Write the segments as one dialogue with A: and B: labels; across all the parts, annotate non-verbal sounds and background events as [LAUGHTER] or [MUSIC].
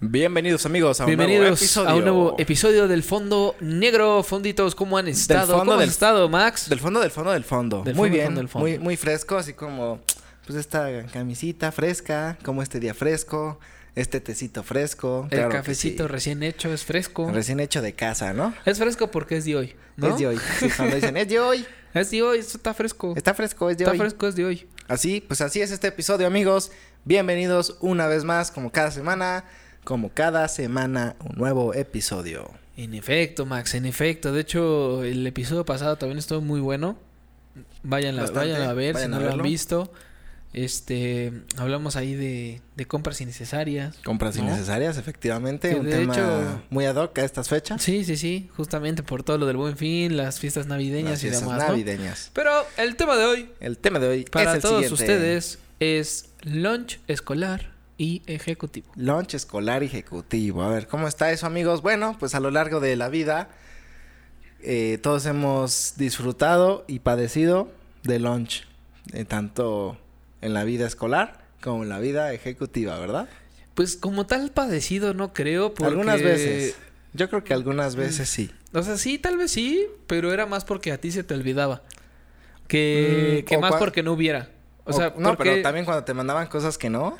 A: Bienvenidos amigos a un
B: Bienvenidos
A: nuevo episodio.
B: a un nuevo episodio del Fondo Negro. Fonditos, ¿cómo han estado?
A: fondo
B: ¿Cómo
A: del-
B: has estado, Max?
A: Del fondo, del fondo, del fondo.
B: Del
A: muy
B: fondo,
A: bien,
B: fondo, del fondo.
A: Muy, muy fresco, así como pues esta camisita fresca, como este día fresco, este tecito fresco.
B: El
A: claro que
B: cafecito
A: sí.
B: recién hecho, es fresco.
A: recién hecho de casa, ¿no?
B: Es fresco porque es de hoy, ¿no?
A: Es de hoy.
B: [LAUGHS]
A: Sí, cuando dicen, es de hoy,
B: Es de hoy, esto está fresco.
A: está fresco, es de
B: Está
A: hoy.
B: fresco, es de hoy.
A: Así, pues así es este episodio, amigos. Bienvenidos una vez más, como cada semana, como cada semana, un nuevo episodio.
B: En efecto, Max, en efecto. De hecho, el episodio pasado también estuvo muy bueno. Vayan a,
A: Bastante,
B: vayan a ver
A: vayan
B: si
A: a
B: no lo han
A: verlo.
B: visto. Este, hablamos ahí de, de compras innecesarias.
A: Compras
B: ¿no?
A: innecesarias, efectivamente.
B: Que
A: un
B: de
A: tema
B: hecho-
A: muy ad hoc a estas fechas.
B: Sí, sí, sí, justamente por todo lo del Buen Fin, las fiestas navideñas
A: Las
B: y
A: fiestas
B: demás. ¿no?
A: navideñas.
B: Pero el tema de hoy
A: El tema de hoy
B: para
A: es el
B: todos
A: siguiente.
B: ustedes es lunch escolar y ejecutivo.
A: Lunch escolar ejecutivo. A ver, ¿cómo está eso, amigos? Bueno, pues a lo largo de la vida eh, todos hemos disfrutado y padecido de lunch, eh, tanto en la vida escolar como en la vida ejecutiva, ¿verdad?
B: Pues como tal padecido no creo porque
A: Algunas veces. Yo creo que algunas veces sí.
B: O sea, sí, tal vez sí, pero era más porque a ti se te olvidaba. Que,
A: Mm,
B: que
A: o
B: más
A: cua-
B: porque no hubiera. O sea,
A: no,
B: porque-
A: pero también cuando te mandaban cosas que no.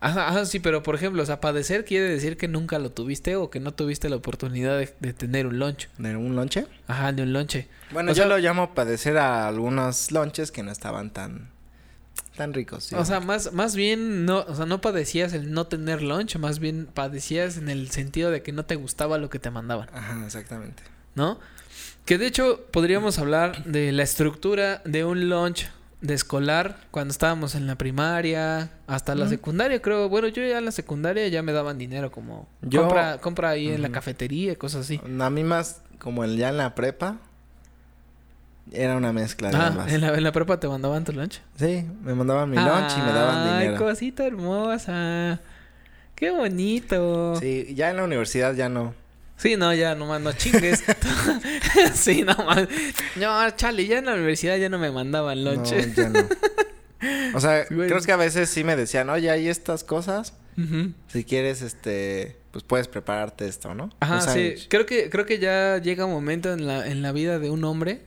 B: Ajá, ajá, sí, pero por ejemplo, o sea, padecer quiere decir que nunca lo tuviste o que no tuviste la oportunidad de, de tener un lunch.
A: ¿De un lonche?
B: Ajá, de un lonche.
A: Bueno,
B: O
A: yo
B: sea-
A: lo llamo padecer a algunos lonches que no estaban tan, tan ricos.
B: O
A: digamos.
B: sea, más, más bien no, o sea, no padecías el no tener lunch, más bien padecías en el sentido de que no te gustaba lo que te mandaban,
A: Ajá, exactamente.
B: ¿no? Que de hecho podríamos hablar de la estructura de un lunch de escolar cuando estábamos en la primaria, hasta la
A: Ujú.
B: secundaria, creo. Bueno, yo ya en la secundaria ya me daban dinero como
A: Yo-
B: compra, compra ahí en la
A: Ujú.
B: cafetería, cosas así.
A: A mí más, como el, ya en la prepa, era una mezcla de
B: Ah,
A: ambas.
B: en la, en la prepa te mandaban tu lunch.
A: Sí, me mandaban mi lunch y me daban
B: Ay,
A: dinero.
B: cosita hermosa. Qué bonito.
A: Sí, ya en la universidad ya no.
B: Sí, no, ya nomás
A: [LAUGHS]
B: no chingues. [LAUGHS] sí, nomás. No, chale, ya en la universidad ya no me mandaban
A: No,
B: lonche.
A: ya no. O sea,
B: [LAUGHS] Güey.
A: creo que a veces sí me decían, oye, hay estas cosas.
B: Ujú.
A: Si quieres, este, pues puedes prepararte esto, ¿no?
B: Ajá,
A: Un
B: sí.
A: sándwich.
B: Creo que, creo que ya llega un momento en la, en la vida de un hombre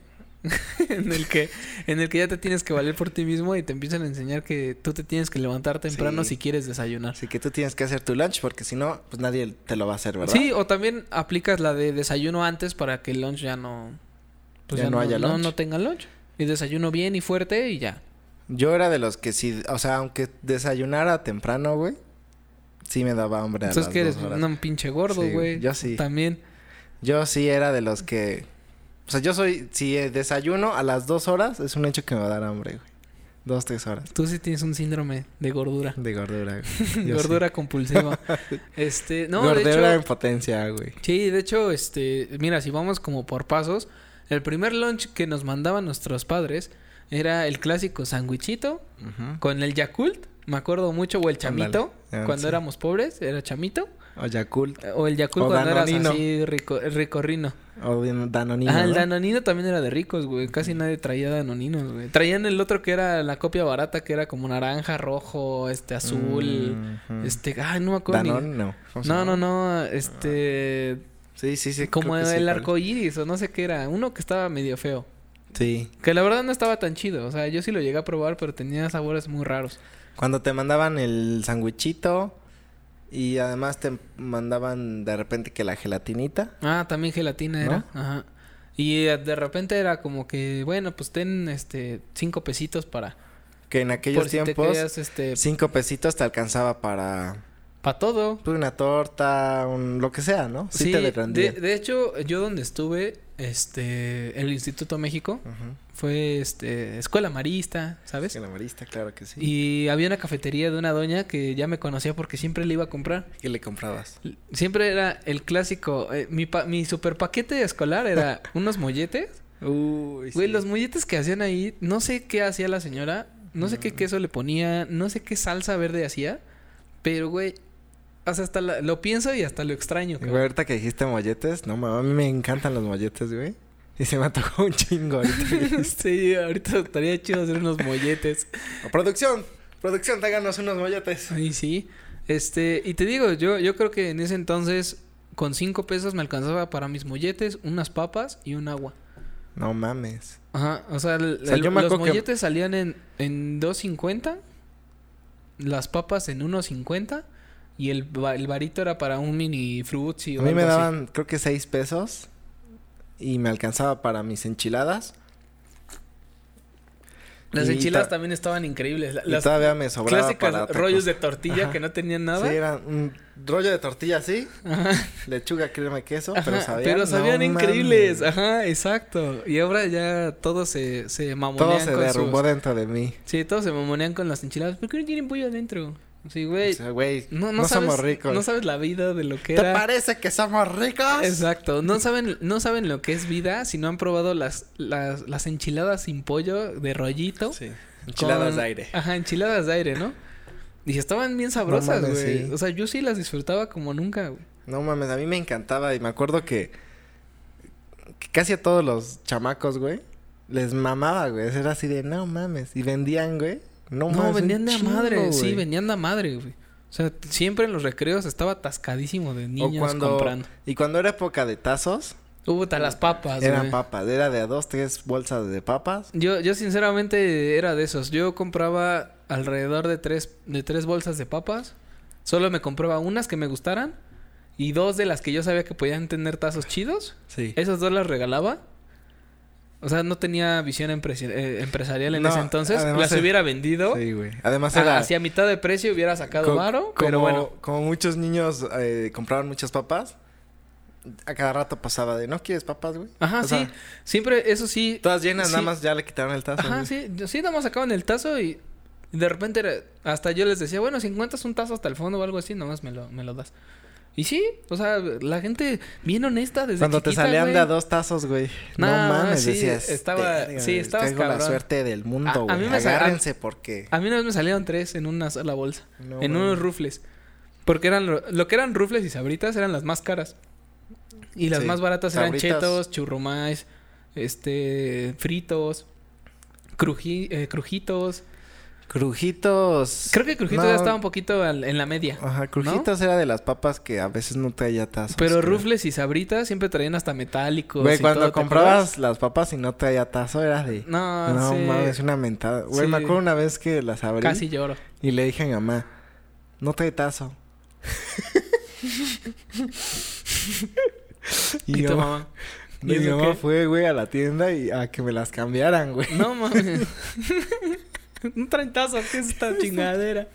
B: [LAUGHS] en el que, en el que ya te tienes que valer por ti mismo y te empiezan a enseñar que tú te tienes que levantar temprano
A: Sí.
B: si quieres desayunar.
A: Así que tú tienes que hacer tu lunch porque si no, pues nadie te lo va a hacer, ¿verdad?
B: Sí, o también aplicas la de desayuno antes para que el lunch ya no. Pues
A: Ya
B: ya,
A: no
B: no,
A: haya
B: no,
A: lunch.
B: no tenga lunch. Y desayuno bien y fuerte y ya.
A: Yo era de los que sí, o sea, aunque desayunara temprano, güey, sí me daba hambre a
B: Entonces
A: las
B: que eres
A: dos horas.
B: un pinche gordo,
A: Sí,
B: güey.
A: yo sí.
B: También.
A: Yo sí era de los que. O sea, yo soy. Si eh, desayuno a las dos horas, es un hecho que me va a dar hambre, güey. Dos, tres horas.
B: Tú sí tienes un síndrome de gordura.
A: De gordura,
B: [LAUGHS]
A: güey. Yo sí.
B: gordura
A: [LAUGHS]
B: compulsiva. Este, no,
A: gordura
B: de
A: en
B: hecho.
A: potencia, güey.
B: Sí, de hecho, este, mira, si vamos como por pasos, el primer lunch que nos mandaban nuestros padres era el clásico sandwichito con el Yakult, me acuerdo mucho, o el
A: Ándale.
B: chamito,
A: Ah,
B: cuando
A: sí.
B: éramos pobres, era chamito,
A: O Yakult.
B: o el Yakult
A: O
B: cuando eras
A: Danonino.
B: así rico, ricorrino.
A: O bien Danonino.
B: ah, el
A: ¿no?
B: danonino también era de ricos, güey, casi nadie traía danoninos, güey. Traían el otro que era la copia barata que era como naranja, rojo, este azul,
A: Mhm.
B: este, ay, no me acuerdo ni-
A: Danone, no. ¿Cómo se
B: No, no,
A: llama?
B: no, este
A: Sí, sí, sí.
B: como
A: creo
B: el
A: que sí, cuál.
B: arco iris o no sé qué era, uno que estaba medio feo,
A: Sí.
B: que la verdad no estaba tan chido, o sea, yo sí lo llegué a probar, pero tenía sabores muy raros.
A: Cuando te mandaban el sandwichito y además te mandaban de repente que la gelatinita.
B: Ah, también gelatina era, ajá. Y eh, de repente era como que, bueno, pues ten este cinco pesitos para
A: Que en aquellos
B: por si te
A: tiempos,
B: querías, este
A: cinco pesitos te alcanzaba para
B: para todo.
A: pues, una torta, un, lo que sea, ¿no? Sí, te
B: de,
A: rendía.
B: de hecho, yo donde estuve, este, el Instituto México
A: Ujú.
B: fue este escuela marista, ¿sabes?
A: El amarista, claro que sí.
B: Y había una cafetería de una doña que ya me conocía porque siempre le iba a comprar.
A: ¿Qué le comprabas?
B: L- Siempre era el clásico. eh, mi, pa- mi super paquete
A: [LAUGHS]
B: escolar era unos molletes.
A: Uy,
B: Güey, los molletes que hacían ahí, no sé qué hacía la señora, no sé qué
A: Mm.
B: queso le ponía, no sé qué salsa verde hacía, pero güey, o sea, hasta la- lo pienso y hasta lo extraño.
A: Güey,
B: cabrón.
A: ahorita que dijiste molletes, no mames, a mí me encantan los molletes, güey. Y se me antojó un chingo ahorita. que dijiste.
B: [LAUGHS] sí, ahorita estaría chido hacer unos molletes.
A: producción, producción, tráiganos unos molletes.
B: Sí, sí. Este, y te digo, yo, yo creo que en ese entonces, con cinco pesos me alcanzaba para mis molletes, unas papas y un agua.
A: No mames.
B: Ajá, o sea, el-
A: O sea,
B: el-
A: yo me
B: los
A: acuerdo que-
B: molletes salían en, en 2.50, las papas en 1.50 y el, va- el varito era para un mini frutti
A: A
B: o
A: mí me
B: algo así.
A: daban, creo que seis pesos. Y me alcanzaba para mis enchiladas.
B: Las
A: y
B: enchiladas
A: ta-
B: también estaban increíbles. la-
A: y
B: Las
A: todavía me sobraba
B: clásicas
A: para tacos.
B: rollos de tortilla
A: Ajá.
B: que no tenían nada.
A: Sí, era un rollo de tortilla así.
B: Ajá.
A: Lechuga, crema y queso.
B: Ajá,
A: pero sabían... no
B: increíbles.
A: mames.
B: Ajá, exacto. Y ahora ya todo se, se mamonean
A: Todo se
B: con
A: derrumbó
B: sus-
A: dentro de mí.
B: Sí, todos se mamonean con las enchiladas. ¿Por qué no tienen pollo adentro? Sí, güey.
A: O sea, güey, no,
B: no, no sabes,
A: somos ricos.
B: No sabes la vida de lo que
A: ¿Te
B: era.
A: parece que somos ricos?
B: Exacto. No saben, no saben lo que es vida si no han probado las, las, las enchiladas sin pollo de rollito.
A: Sí.
B: con- Ajá, enchiladas de aire, ¿no? Y estaban bien sabrosas,
A: mames,
B: güey.
A: sí.
B: O sea, yo sí las disfrutaba como nunca, güey.
A: No mames, a mí me encantaba y me acuerdo que, que casi a todos los chamacos, güey, les mamaba, güey. Era así de, no mames. Y vendían, güey. No,
B: No,
A: mames. un
B: venían de a
A: chingo,
B: madre, sí,
A: güey.
B: venían de a madre, güey. O sea, t- siempre en los recreos estaba atascadísimo de
A: O
B: niños
A: cuando,
B: comprando.
A: Y cuando era época de tazos,
B: Hubo tal las papas,
A: eran
B: güey.
A: papas. Era de a dos, tres bolsas de papas.
B: Yo, yo sinceramente era de esos. Yo compraba alrededor de tres, de tres bolsas de papas. Solo me compraba unas que me gustaran y dos de las que yo sabía que podían tener tazos chidos.
A: Sí.
B: Esas dos las regalaba. O sea, no tenía visión empresi- eh, empresarial en
A: No,
B: ese entonces.
A: además
B: Las
A: es-
B: hubiera vendido.
A: Sí, güey. Además
B: Ah,
A: era...
B: hacia mitad de precio hubiera sacado
A: co-
B: varo,
A: como,
B: pero bueno.
A: Como muchos niños eh, compraban muchas papas, a cada rato pasaba de, ¿no quieres papas, güey?
B: Ajá,
A: O
B: sí.
A: sea,
B: Siempre, eso sí.
A: Todas llenas, nada
B: Sí.
A: más ya le quitaron el tazo.
B: Ajá,
A: güey.
B: sí. Yo- Sí, nada más sacaban el tazo y de repente era- hasta yo les decía, bueno, si encuentras un tazo hasta el fondo o algo así, nada más me lo, me lo das. Y sí, o sea, la gente bien honesta desde
A: Cuando
B: chiquita,
A: te salían
B: güey.
A: de a dos tazos, güey.
B: Nah,
A: no mames,
B: sí,
A: decías.
B: estaba-
A: "Verga,
B: sí,
A: güey,
B: estabas
A: Tengo la
B: cabrón".
A: suerte del
B: A- a
A: mundo,
B: mí
A: güey.
B: me sa-
A: Agárrense porque.
B: A mí una vez me salieron tres en una sola bolsa.
A: No
B: en
A: mames.
B: unos rufles. Porque eran lo, lo que eran rufles y sabritas eran las más caras. Y las
A: Sí,
B: más baratas eran
A: Sabritas.
B: chetos, churrumais, este, fritos, cruji- eh, crujitos.
A: Crujitos.
B: Creo que crujitos
A: No, Ah,
B: ya estaba un poquito al- en la media.
A: Ajá, Crujitos era de las papas que a veces no traía tazos.
B: Pero
A: creo.
B: rufles y sabritas siempre traían hasta metálicos.
A: Güey,
B: y
A: cuando
B: todo, ¿te acuerdas?
A: comprabas las papas y no traía tazo, era de.
B: No,
A: No
B: sí.
A: mames, una mentada. Güey,
B: Sí.
A: me acuerdo una vez que las abrí
B: Casi lloro.
A: y le dije a mi mamá, no trae
B: [LAUGHS]
A: tazo.
B: Y,
A: yo
B: tu mamá.
A: Mi
B: ¿Y eso
A: mamá
B: qué?
A: fue, güey, a la tienda y a que me las cambiaran, güey. [LAUGHS]
B: No mames. [LAUGHS] Un trentazo, ¿qué es
A: [LAUGHS]
B: esta chingadera?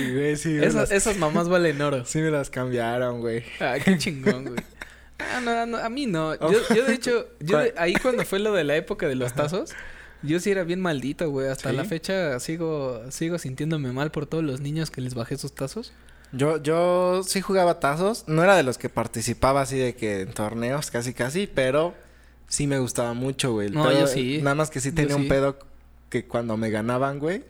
A: Y, güey, sí, me
B: Esas,
A: las,
B: esas mamás
A: [LAUGHS]
B: valen oro.
A: sí me las cambiaron, güey.
B: Ah, qué chingón, güey. Ah, no, no, a mí no. Yo,
A: Oh.
B: yo de hecho,
A: [LAUGHS]
B: yo de- ahí cuando fue lo de la época de los tazos, yo sí era bien maldito, güey. Hasta
A: ¿Sí?
B: la fecha sigo, sigo sintiéndome mal por todos los niños que les bajé sus tazos. [LAUGHS]
A: Yo, yo sí jugaba tazos. No era de los que participaba así de que en torneos, casi, casi, pero sí me gustaba mucho, güey. El
B: No, yo sí.
A: Nada más que sí
B: Yo
A: tenía
B: sí.
A: un pedo que cuando me ganaban, güey,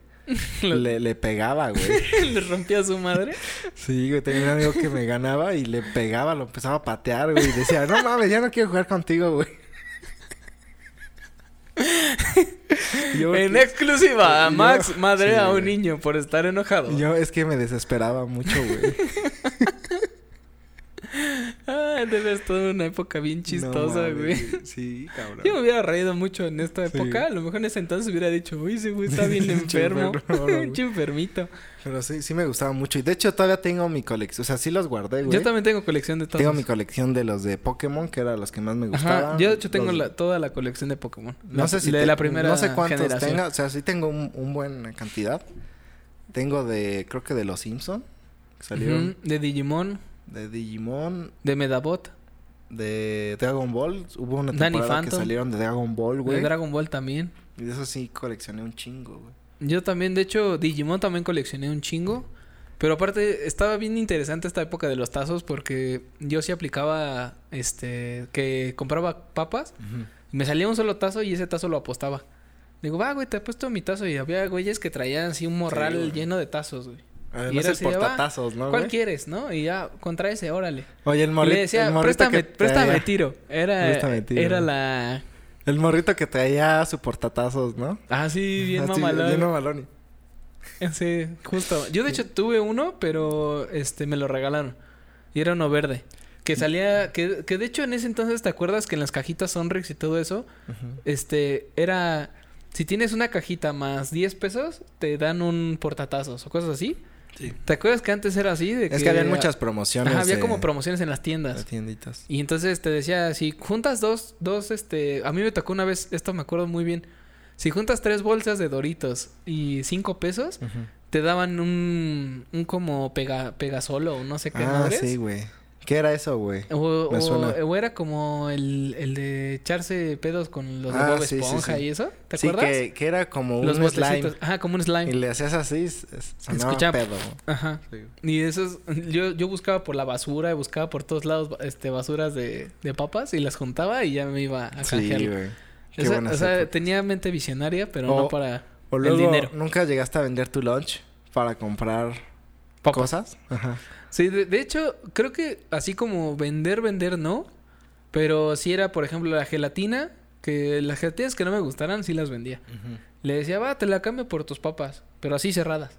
B: Lo-
A: le, le pegaba, güey.
B: [LAUGHS] les rompí a su madre.
A: Sí, güey, tenía un amigo que me ganaba y le pegaba, lo empezaba a patear, güey. Y decía, no mames, ya no quiero jugar contigo, güey. [LAUGHS] Y yo,
B: en
A: porque-
B: exclusiva,
A: yo-
B: Max madre
A: sí,
B: a un
A: güey.
B: niño por estar enojado.
A: yo es que me desesperaba mucho,
B: [LAUGHS]
A: güey.
B: Ah, debes toda una época bien chistosa,
A: No mames,
B: güey.
A: Sí, cabrón.
B: Yo me hubiera reído mucho en esta
A: Sí.
B: época. A lo mejor en ese entonces hubiera dicho, uy, ese güey
A: [LAUGHS]
B: está bien
A: Pinche
B: enfermo.
A: enfermo, güey.
B: [LAUGHS] Pinche enfermito.
A: Pero sí, sí me gustaba mucho. Y de hecho todavía tengo mi colección. O sea, sí los guardé, güey.
B: Yo también tengo colección de tazos.
A: Tengo mi colección de los de Pokémon, que eran los que más me gustaban.
B: Ajá, yo de hecho tengo
A: Los-
B: la- toda la colección de Pokémon.
A: No
B: La-
A: sé si
B: de
A: te-
B: la primera
A: No sé cuántos
B: generación.
A: tenga. O sea, sí tengo un, un buena cantidad. Tengo de, creo que de los Simpson. que salieron.
B: Ujú, De Digimon,
A: De Digimon.
B: de Medabot,
A: De Dragon Ball. Hubo una
B: Danny
A: temporada que
B: Phantom.
A: salieron de Dragon Ball,
B: de
A: güey.
B: Dragon Ball también.
A: y de eso sí coleccioné un chingo, güey.
B: Yo también, de hecho, Digimon también coleccioné un chingo. Pero aparte, estaba bien interesante esta época de los tazos porque yo sí aplicaba, este, que compraba papas. Me salía un solo tazo y ese tazo lo apostaba. Digo, va, güey, te apuesto mi tazo. Y había güeyes que traían así un morral
A: güey.
B: lleno de tazos, güey. Y
A: Además
B: era
A: el
B: así de, va,
A: portatazos, ¿no,
B: ¿Cuál
A: güey?
B: quieres, no? Y ya, contra ese, órale.
A: Oye, el
B: Y
A: morrito.
B: le decía,
A: el morrito
B: préstame,
A: que traía-
B: préstame tiro. Era,
A: Préstame tiro.
B: era la...
A: El morrito que traía su portatazos, ¿no?
B: Ah, sí, bien
A: [LAUGHS] Así,
B: mamalón.
A: Bien mamalón.
B: [LAUGHS] Sí, justo. Yo de hecho tuve uno, pero este me lo regalaron. Y era uno verde.
A: Mm.
B: Que salía, que, que de hecho en ese entonces, ¿te acuerdas que en las cajitas Sonrix y todo eso?
A: Ujú.
B: Este, era, si tienes una cajita más 10 pesos, te dan un portatazos o cosas así.
C: Sí.
B: ¿Te acuerdas que antes era así? De
A: Es que habían muchas promociones.
B: Ajá, había
A: de-
B: como promociones en las
A: de
B: tiendas.
A: tienditas.
B: Y entonces te decía, si juntas dos, dos, este, a mí me tocó una vez, esto me acuerdo muy bien, si juntas tres bolsas de Doritos y cinco pesos,
A: Ujú.
B: te daban un, un como pega, pegasolo o no sé qué
A: Ah,
B: madres.
A: sí, güey. ¿Qué era eso, güey?
B: O, o-
A: Me suena.
B: o era como el, el de echarse pedos con los de
A: Ah,
B: Bob
A: sí, sí,
B: Esponja
A: sí.
B: y eso, ¿te
A: sí,
B: acuerdas?
A: Que, que era como
B: los
A: un slime.
B: botecitos. Ajá, como un slime.
A: Y le hacías así, s- s- sonaba
B: Escuchaba.
A: pedo.
B: Ajá.
A: Sí.
B: Y esos, yo, yo buscaba por la basura, buscaba por todos lados este basuras de, de papas y las juntaba y ya me iba a
A: Sí,
B: canjear.
A: güey. Qué
B: o sea,
A: buenas
B: o sea,
A: épocas.
B: tenía mente visionaria, pero
A: O-
B: no para
A: O
B: el
A: luego,
B: dinero.
A: ¿nunca llegaste a vender tu lunch para comprar
B: papas.
A: cosas? Ajá.
B: Sí, de, de hecho, creo que así como vender, vender no. Pero si era, por ejemplo, la gelatina, que las gelatinas que no me gustaran, sí las vendía. Le decía, va, te la cambio por tus papas, pero así cerradas.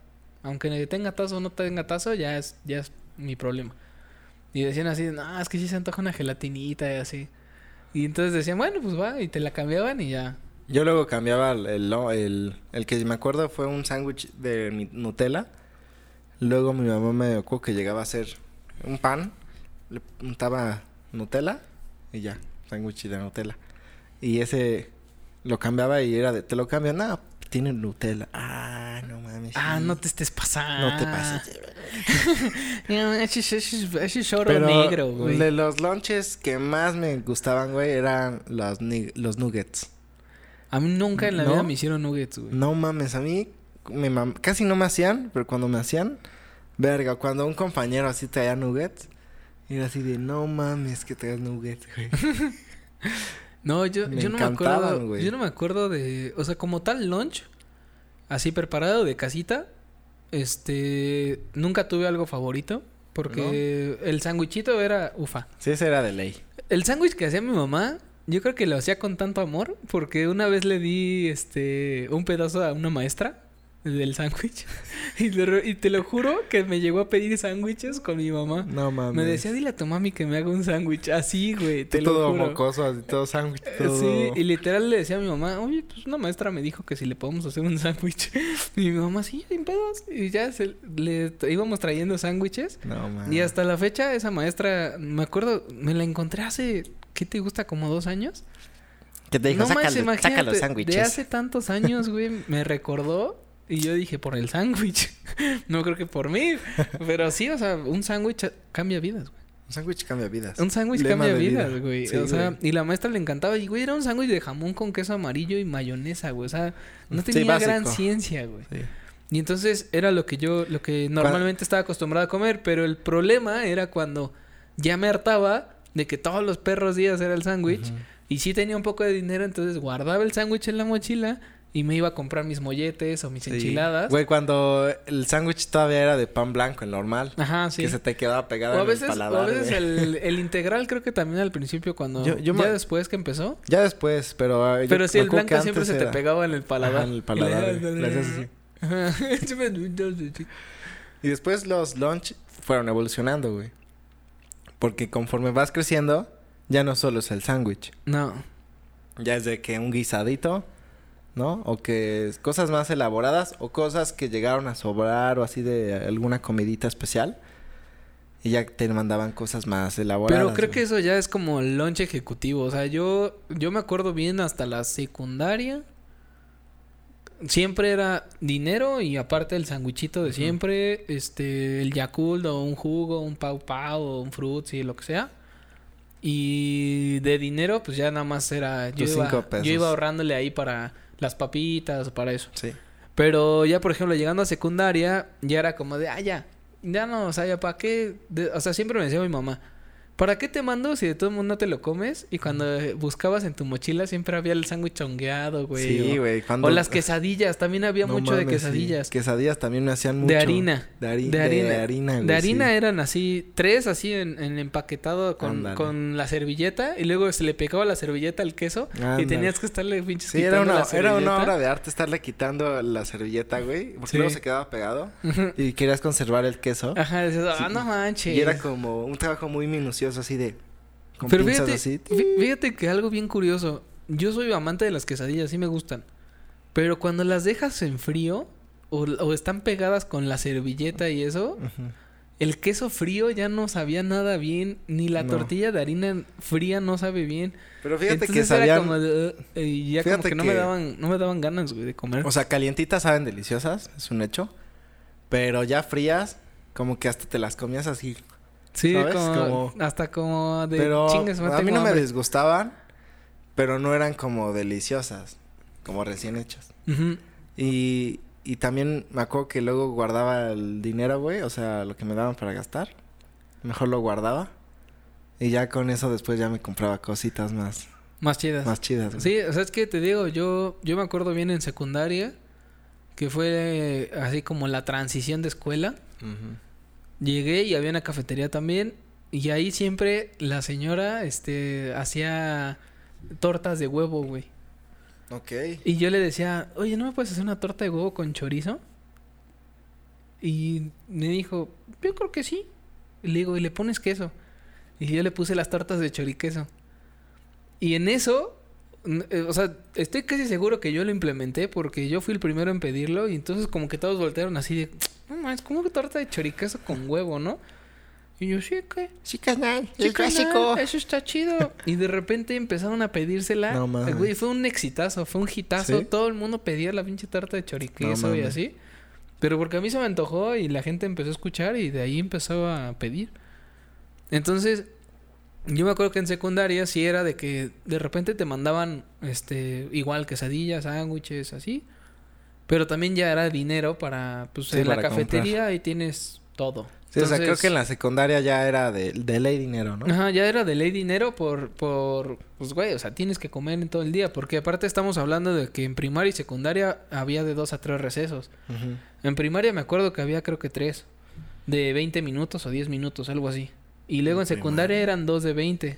B: Aunque tenga tazo o no tenga tazo, ya es, ya es mi problema. Y decían así, no, es que sí se antoja una gelatinita y así. Y entonces decían, bueno, pues va, y te la cambiaban y ya.
A: Yo luego cambiaba el, el, lo- el- el que me acuerdo fue un sándwich de mi- Nutella. Luego mi mamá me acuerdo que llegaba a hacer un pan, le untaba Nutella y ya, sándwich de Nutella. Y ese lo cambiaba y era de, te lo cambian, no, tiene Nutella. Ah, no mames.
B: Ah,
A: sí.
B: no te estés pasando.
A: No te pases.
B: [LAUGHS] No, ese es- ese es- ese es choro
A: Pero
B: negro, güey.
A: de los lunches que más me gustaban, güey, eran los, ni- los nuggets.
B: A mí nunca en la
A: ¿No?
B: vida me hicieron nuggets, güey.
A: No mames, a mí me mam- casi no me hacían, pero cuando me hacían, verga, cuando un compañero así traía nuggets, era así de, no mames que traes nuggets, güey.
B: No, yo,
A: Me
B: yo no me
A: encantaban,
B: acuerdo.
A: güey.
B: Yo no me acuerdo de. O sea, como tal lunch, así preparado de casita. Este. Nunca tuve algo favorito. Porque el sándwichito era ufa.
A: [LAUGHS] sí, ese era de ley.
B: El sándwich que hacía mi mamá, yo creo que lo hacía con tanto amor. Porque una vez le di este. un pedazo a una maestra del sándwich. [LAUGHS] y, le re- y te lo juro que me llegó a pedir sándwiches con mi mamá.
A: No mames.
B: Me decía, dile a tu mami que me haga un sándwich. Así, güey.
A: Tú
B: Te lo
A: todo
B: juro.
A: mocoso, así, todo sándwich,
B: Eh,
A: todo...
B: Sí, y literal le decía a mi mamá, oye, pues una maestra me dijo que si le podemos hacer un [LAUGHS] sándwich. Y mi mamá, sí, sin pedos. Y ya se- le tra- íbamos trayendo sándwiches.
A: No mames.
B: Y hasta la fecha, esa maestra, me acuerdo, me la encontré hace, ¿qué te gusta? Como dos años.
A: Que te dijo,
B: no
A: saca,
B: manches,
A: los- saca
B: imagínate,
A: los
B: De
A: sándwiches.
B: hace tantos años, güey, me recordó. Y yo dije, por el sándwich. [LAUGHS] no creo que por mí. Pero sí, o sea, un sándwich cambia vidas, güey.
A: Un sándwich cambia vidas.
B: Un sándwich
A: Lema
B: cambia
A: de vida.
B: vidas, güey.
A: Sí,
B: o sea,
A: güey.
B: y la maestra le encantaba. Y, güey, era un sándwich de jamón con queso amarillo y mayonesa, güey. O sea, no
A: Sí,
B: tenía
A: básico.
B: gran ciencia, güey.
A: Sí.
B: Y entonces era lo que yo, lo que normalmente estaba acostumbrado a comer. Pero el problema era cuando ya me hartaba de que todos los perros días era el sándwich. Y sí tenía un poco de dinero, entonces guardaba el sándwich en la mochila. Y me iba a comprar mis molletes o mis
A: Sí.
B: enchiladas.
A: Güey, cuando el sándwich todavía era de pan blanco, el normal.
B: Ajá, sí.
A: Que se te quedaba pegado
B: O a
A: en
B: veces,
A: el
B: o
A: paladar,
B: a veces
A: güey.
B: el, el integral creo que también al principio cuando...
A: Yo- yo me-
B: ya después que empezó.
A: Ya después, pero... ah, yo
B: Pero sí,
A: me
B: el
A: acuerdo que
B: blanco siempre
A: antes
B: se te
A: era-
B: pegaba en el paladar.
A: Ajá, en el paladar,
B: Y
A: güey.
B: le-
A: Le hacías así.
B: Ajá. Siempre-
A: Y después los lunch fueron evolucionando, güey. Porque conforme vas creciendo, ya no solo es el sándwich.
B: no.
A: Ya es de que un guisadito, ¿no? O que es cosas más elaboradas o cosas que llegaron a sobrar o así de alguna comidita especial. Y ya te mandaban cosas más elaboradas.
B: Pero creo que
A: güey.
B: eso ya es como el lunch ejecutivo. O sea, yo, yo me acuerdo bien hasta la secundaria. Siempre era dinero y aparte el sanguichito de siempre, este, el Yakult o un jugo, un Pau Pau o un Fruitsy, lo que sea. Y de dinero, pues ya nada más era. Yo,
A: Tus
B: iba,
A: cinco pesos.
B: yo iba ahorrándole ahí para las papitas o para eso.
A: Sí.
B: Pero ya, por ejemplo, llegando a secundaria, ya era como de, ah, ya, ya no, o sea, ya para qué. De- o sea, siempre me decía mi mamá, ¿Para qué te mando si de todo el mundo te lo comes? Y cuando eh, buscabas en tu mochila siempre había el sándwich chongueado, güey.
A: Sí,
B: o-
A: güey. cuando-
B: O las quesadillas, también había
A: No
B: mucho de
A: mames, sí.
B: quesadillas.
A: Quesadillas también me hacían mucho.
B: De harina.
A: De, harina.
B: De
A: de harina.
B: harina.
A: güey,
B: De harina
A: sí.
B: eran así, tres así en, en empaquetado con,
A: Ándale.
B: con la servilleta y luego se le pegaba la servilleta al queso
A: Ándale.
B: y tenías que estarle pinches
A: Sí, era
B: quitando
A: una,
B: la
A: era una
B: servilleta.
A: obra de arte estarle quitando la servilleta, güey. Porque
B: Sí.
A: luego se quedaba pegado.
B: Ujú.
A: Y querías conservar el queso.
B: Ajá, decías, ah,
A: Sí.
B: no manches.
A: Y era como un trabajo muy minucioso así de... Con
B: Pero
A: pinzas
B: fíjate,
A: así.
B: fí- fíjate que algo bien curioso. Yo soy amante de las quesadillas, sí me gustan. Pero cuando las dejas en frío o, o están pegadas con la servilleta y eso,
A: Ujú.
B: el queso frío ya no sabía nada bien, ni la
A: No.
B: tortilla de harina fría no sabe bien.
A: Pero fíjate que
B: Entonces era
A: sabían...
B: como de, "Ugh", y ya como
A: Fíjate
B: que no me
A: que-
B: daban, no me daban ganas, güey, de comer.
A: O sea, calientitas saben deliciosas, es un hecho. Pero ya frías, como que hasta te las comías así.
B: sí,
A: ¿sabes?
B: como,
A: como-
B: hasta como de
A: pero
B: chingues,
A: a mí no me disgustaban, pero no eran como deliciosas, como recién hechas. Y, y también me acuerdo que luego guardaba el dinero, güey, o sea, lo que me daban para gastar. Mejor lo guardaba. Y ya con eso después ya me compraba cositas más,
B: Más chidas.
A: más chidas. güey.
B: Sí, o sea, es que te digo, yo, yo me acuerdo bien en secundaria, que fue eh, así como la transición de escuela.
A: Ujú.
B: Llegué y había una cafetería también, y ahí siempre la señora, este, hacía tortas de huevo, güey.
A: Ok.
B: Y yo le decía, oye, ¿no me puedes hacer una torta de huevo con chorizo? Y me dijo, yo creo que sí. Y le digo, ¿y le pones queso? Y yo le puse las tortas de choriqueso. Y en eso, n- eh, o sea, estoy casi seguro que yo lo implementé porque yo fui el primero en pedirlo y entonces como que todos voltearon así de, no mames, ¿cómo que torta de choriqueso con huevo, no? Y yo, sí, ¿qué?
A: Chicas, night,
B: Sí, carnal, Eso está chido. [LAUGHS] Y de repente empezaron a pedírsela. Eh,
A: No mames.
B: Güey, fue un exitazo, fue un hitazo.
A: ¿Sí?
B: Todo el mundo pedía la pinche tarta de choriqueso
A: No
B: y
A: mames.
B: así. Pero porque a mí se me antojó y la gente empezó a escuchar y de ahí empezó a pedir. Entonces, yo me acuerdo que en secundaria sí era de que de repente te mandaban este igual quesadillas, sándwiches, así. Pero también ya era dinero para pues
A: Sí,
B: en la
A: para comprar.
B: cafetería ahí tienes todo.
A: Sí, o sea, creo que en
B: Entonces-
A: la secundaria ya era de, de ley dinero, ¿no?
B: Ajá, ya era de ley dinero por, por, pues güey, o sea, tienes que comer en todo el día, porque aparte estamos hablando de que en primaria y secundaria había de dos a tres recesos.
A: Ujú.
B: En primaria me acuerdo que había creo que tres, de 20 minutos o 10 minutos, algo así. Y luego en
A: Primaria.
B: secundaria eran dos de 20.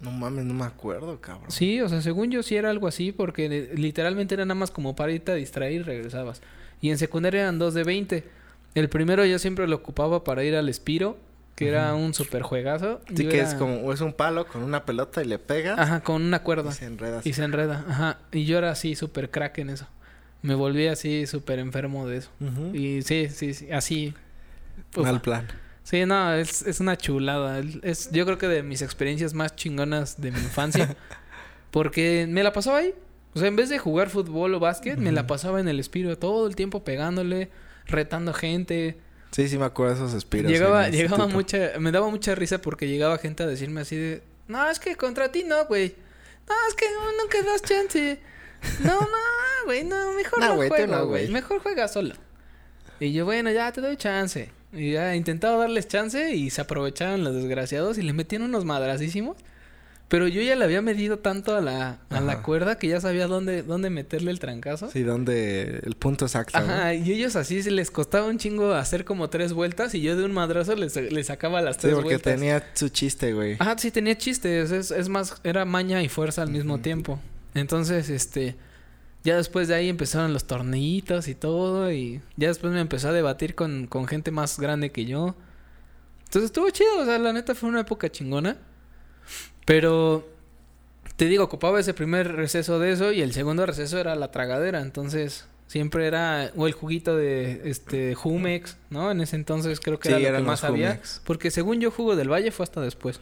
A: No mames, no me acuerdo, cabrón.
B: Sí, o sea, según yo sí era algo así, porque de- literalmente era nada más como para irte a distraer y regresabas. Y en secundaria eran dos de 20. El primero yo siempre lo ocupaba para ir al Espiro, que era un super juegazo.
A: Así que es como, es un palo con una pelota y le pegas
B: Ajá, con una cuerda.
A: y se enreda así.
B: Y se enreda, ajá. Y yo era así súper crack en eso. Me volví así súper enfermo de eso.
A: Ujú.
B: Y sí, sí, sí, así. Ufa.
A: Mal plan.
B: Sí, no, es, es una chulada. El- Es, yo creo que de mis experiencias más chingonas de mi
A: [LAUGHS]
B: infancia. porque me la pasaba ahí. O sea, en vez de jugar fútbol o básquet, me la pasaba en el espiro todo el tiempo pegándole, retando gente.
A: Sí, sí me acuerdo de esos espiros.
B: Llegaba,
A: en el
B: llegaba
A: instituto.
B: mucha, me daba mucha risa porque llegaba gente a decirme así de, no, es que contra ti no, güey. No, es que no, nunca das chance. No, [LAUGHS] no, güey, no, mejor
A: No,
B: no,
A: güey, tú
B: juego,
A: no,
B: güey.
A: güey.
B: mejor juega solo. Y yo, bueno, ya te doy chance. Y ya intentaba darles chance y se aprovechaban los desgraciados y le metían unos madrasísimos. Pero yo ya le había medido tanto a la, a la
A: Ajá.
B: cuerda que ya sabía dónde, dónde meterle el trancazo.
A: Sí, donde el punto exacto. ¿no?
B: Ajá, y ellos así se les costaba un chingo hacer como tres vueltas y yo de un madrazo les, les sacaba las
A: Sí,
B: tres
A: porque
B: vueltas. Ah,
A: tenía su chiste, güey.
B: Ajá, sí tenía chistes, es, es más, era maña y fuerza al mismo tiempo. Entonces, este, ya después de ahí empezaron los torneitos y todo y ya después me empezó a debatir con, con gente más grande que yo. Entonces estuvo chido, o sea, la neta fue una época chingona. Pero, te digo, ocupaba ese primer receso de eso y el segundo receso era la tragadera, entonces... Siempre era, o el juguito de este Jumex, ¿no? En ese entonces creo que
A: Sí,
B: era lo
A: eran
B: que más
A: los
B: había.
A: Jumex.
B: Porque según yo, Jugo del Valle fue hasta después.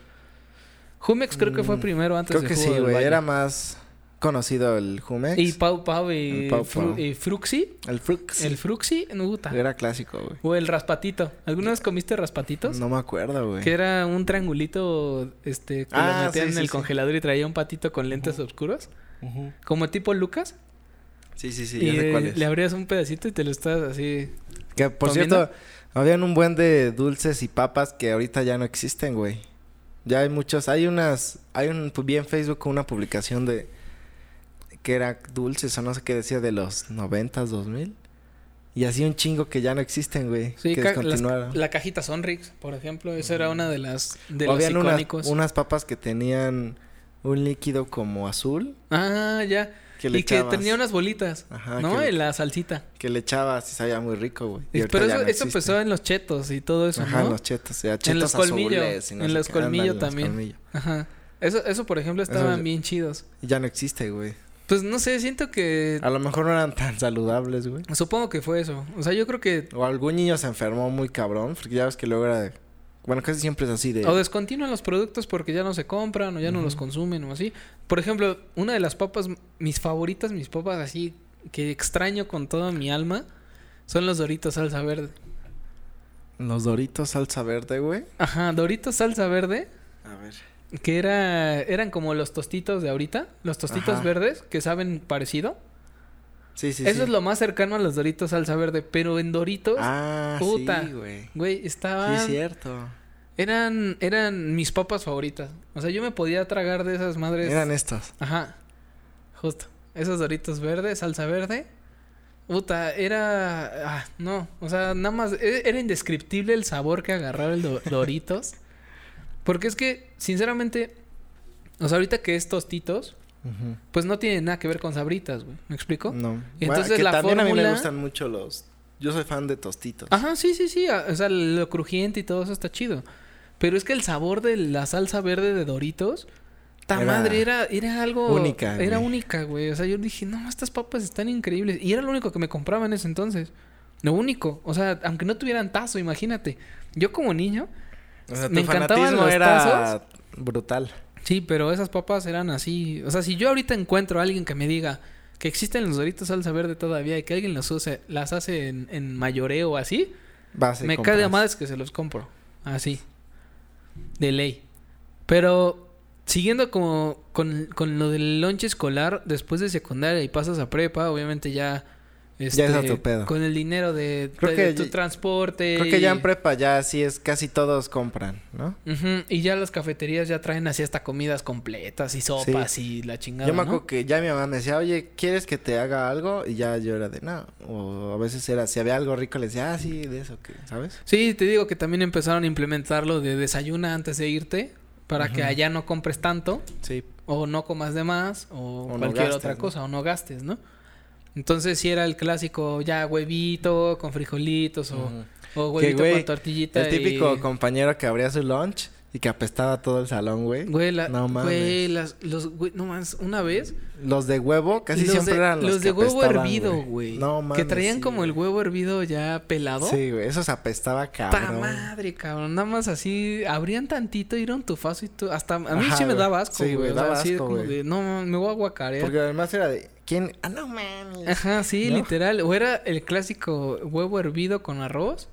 B: Jumex creo que fue
A: Mm,
B: primero antes
A: Creo
B: de
A: que
B: Jugo
A: sí,
B: del
A: güey.
B: Valle.
A: Era más conocido el Jumex.
B: Y Pau Pau y,
A: El Pau
B: Fru-
A: Pau.
B: y Fruxi.
A: el Frux.
B: El Fruxi, no puta.
A: Era clásico, güey.
B: O el Raspatito. ¿Alguna vez comiste Raspatitos?
A: No me acuerdo, güey.
B: Que era un triangulito este, que
A: Ah,
B: lo metían
A: sí,
B: en
A: sí,
B: el
A: sí.
B: congelador y traía un patito con lentes oscuros.
A: Ujú.
B: Como tipo Lucas.
A: Sí, sí, sí.
B: y
A: Ya sé
B: eh,
A: cuál es.
B: le abrías un pedacito y te lo estás así.
A: Que por
B: ¿Comiendo?
A: cierto, habían un buen de dulces y papas que ahorita ya no existen, güey. Ya hay muchas, hay unas, hay un, pues, vi en Facebook una publicación de que era dulces o no sé qué decía de los 90, 2000. Y así un chingo que ya no existen, güey.
B: Sí,
A: que
B: ca- las- la cajita Sonrix, por ejemplo, esa era una de las de
A: O
B: los
A: habían unas,
B: icónicos.
A: unas papas que tenían un líquido como azul
B: Ah, ya.
A: Que le
B: y que
A: echabas.
B: tenía unas bolitas,
A: Ajá,
B: ¿no?
A: que le-
B: En la salsita.
A: que le echabas y sabía muy rico, güey. Ah, Y ahorita
B: Pero
A: ya no
B: eso, eso
A: existe.
B: empezó en los chetos y todo eso,
A: Ajá,
B: ¿no?
A: en los chetos, ya, chetos
B: los colmillo,
A: azules y no
B: en
A: sé
B: los
A: qué,
B: colmillo
A: ándale, en los
B: también.
A: colmillo.
B: Ajá. Eso, eso, por ejemplo, estaban
A: ya-
B: bien chidos.
A: Y ya no existe, güey.
B: Pues no sé, siento que...
A: A lo mejor no eran tan saludables, güey.
B: Supongo que fue eso. O sea, yo creo que...
A: O algún niño se enfermó muy cabrón, porque ya ves que luego era de... Bueno, casi siempre es así de...
B: O descontinúan los productos porque ya no se compran o ya no los consumen o así. Por ejemplo, una de las papas, mis favoritas, mis papas así, que extraño con toda mi alma, son los Doritos salsa verde.
A: Los doritos salsa verde, güey.
B: Ajá, Doritos salsa verde,
A: A ver.
B: que era, eran como los tostitos de ahorita, los tostitos
A: Ajá.
B: verdes, que saben parecido.
A: Sí, sí,
B: Eso
A: sí.
B: es lo más cercano a los Doritos salsa verde, pero en Doritos,
A: Ah,
B: Puta. Ah,
A: sí, güey.
B: güey,
A: Sí, eh.
B: estaban...
A: es cierto.
B: eran, eran mis papas favoritas. O sea, yo me podía tragar de esas madres.
A: Eran eh. estos.
B: Ajá. Justo. Esos doritos verdes, salsa verde. Puta, era. ah, no. O sea, nada más. e- Era indescriptible el sabor que agarraba
A: [LAUGHS]
B: el do- doritos. Porque es que, sinceramente. O sea, ahorita que es tostitos,
A: Ujú.
B: pues no tiene nada que ver con sabritas, güey. ¿Me explico?
A: No.
B: Y
A: Bueno,
B: entonces
A: que
B: la
A: también a mí
B: fórmula- Ah,
A: me gustan mucho los... Yo soy fan de tostitos.
B: Ajá, sí, sí, sí. a- O sea, lo crujiente y todo eso está chido. Pero es que el sabor de la salsa verde de Doritos, ta
A: Era
B: madre, era, era algo.
A: única,
B: Era
A: güey.
B: única, güey. O sea, yo dije, no, estas papas están increíbles. Y era lo único que me compraba en ese entonces. Lo único. O sea, aunque no tuvieran tazo, imagínate. Yo como niño,
A: O sea,
B: me
A: tu
B: encantaban
A: fanatismo
B: los
A: era
B: tazos.
A: brutal.
B: sí, pero esas papas eran así. O sea, si yo ahorita encuentro a alguien que me diga que existen los Doritos salsa verde todavía y que alguien los use, las hace en, en mayoreo o así,
A: Vas y
B: me
A: compras.
B: cae de a madres que se los compro. Así. De ley. Pero siguiendo como con, con lo del lonche escolar, después de secundaria y pasas a prepa, obviamente ya... este,
A: Ya es otro pedo.
B: Con el dinero de,
A: Creo
B: de-
A: que
B: de tu
A: ya-
B: transporte.
A: Creo que ya en
B: y-
A: prepa ya así es, casi todos compran, ¿no?
B: Ujú, Y ya las cafeterías ya traen así hasta comidas completas y sopas y la chingada.
A: Yo me
B: ¿no?
A: acuerdo que ya mi mamá me decía, oye, ¿quieres que te haga algo? Y ya yo era de, no. O a veces era, si había algo rico, le decía, ah, sí, de eso, que, ¿sabes?
B: Sí, te digo que también empezaron a implementar lo de desayuna antes de irte para que allá no compres tanto.
A: Sí.
B: O no comas de más, o,
A: no
B: cualquier
A: gastes,
B: otra
A: ¿no?
B: cosa, o no gastes, ¿no? Entonces sí era el clásico ya huevito con frijolitos o,
A: Ujú.
B: o huevito
A: güey,
B: con tortillita.
A: El típico
B: y-
A: compañero que abría su lunch y que apestaba todo el salón, güey.
B: Güey, la-
A: No mames.
B: güey, las- los, güey, no más, una vez.
A: Los de huevo casi
B: los
A: siempre
B: de,
A: eran los,
B: los de
A: que
B: huevo
A: apestaban,
B: hervido, güey.
A: No mames.
B: Que traían
A: sí,
B: como el huevo hervido ya pelado.
A: Sí, güey, esos apestaba
B: ¡Ta
A: cabrón.
B: madre, cabrón! Nada más así, abrían tantito, dieron tu faso y tú. Hasta a mí
A: Ajá,
B: sí me
A: güey.
B: daba asco,
A: Sí,
B: güey.
A: güey,
B: o sea,
A: daba
B: así
A: asco,
B: como
A: güey.
B: de, no, me voy a guacarear.
A: Porque además era de, ¿quién? Ah, no mames.
B: Ajá, sí,
A: ¿No?
B: literal. O era el clásico huevo hervido con arroz.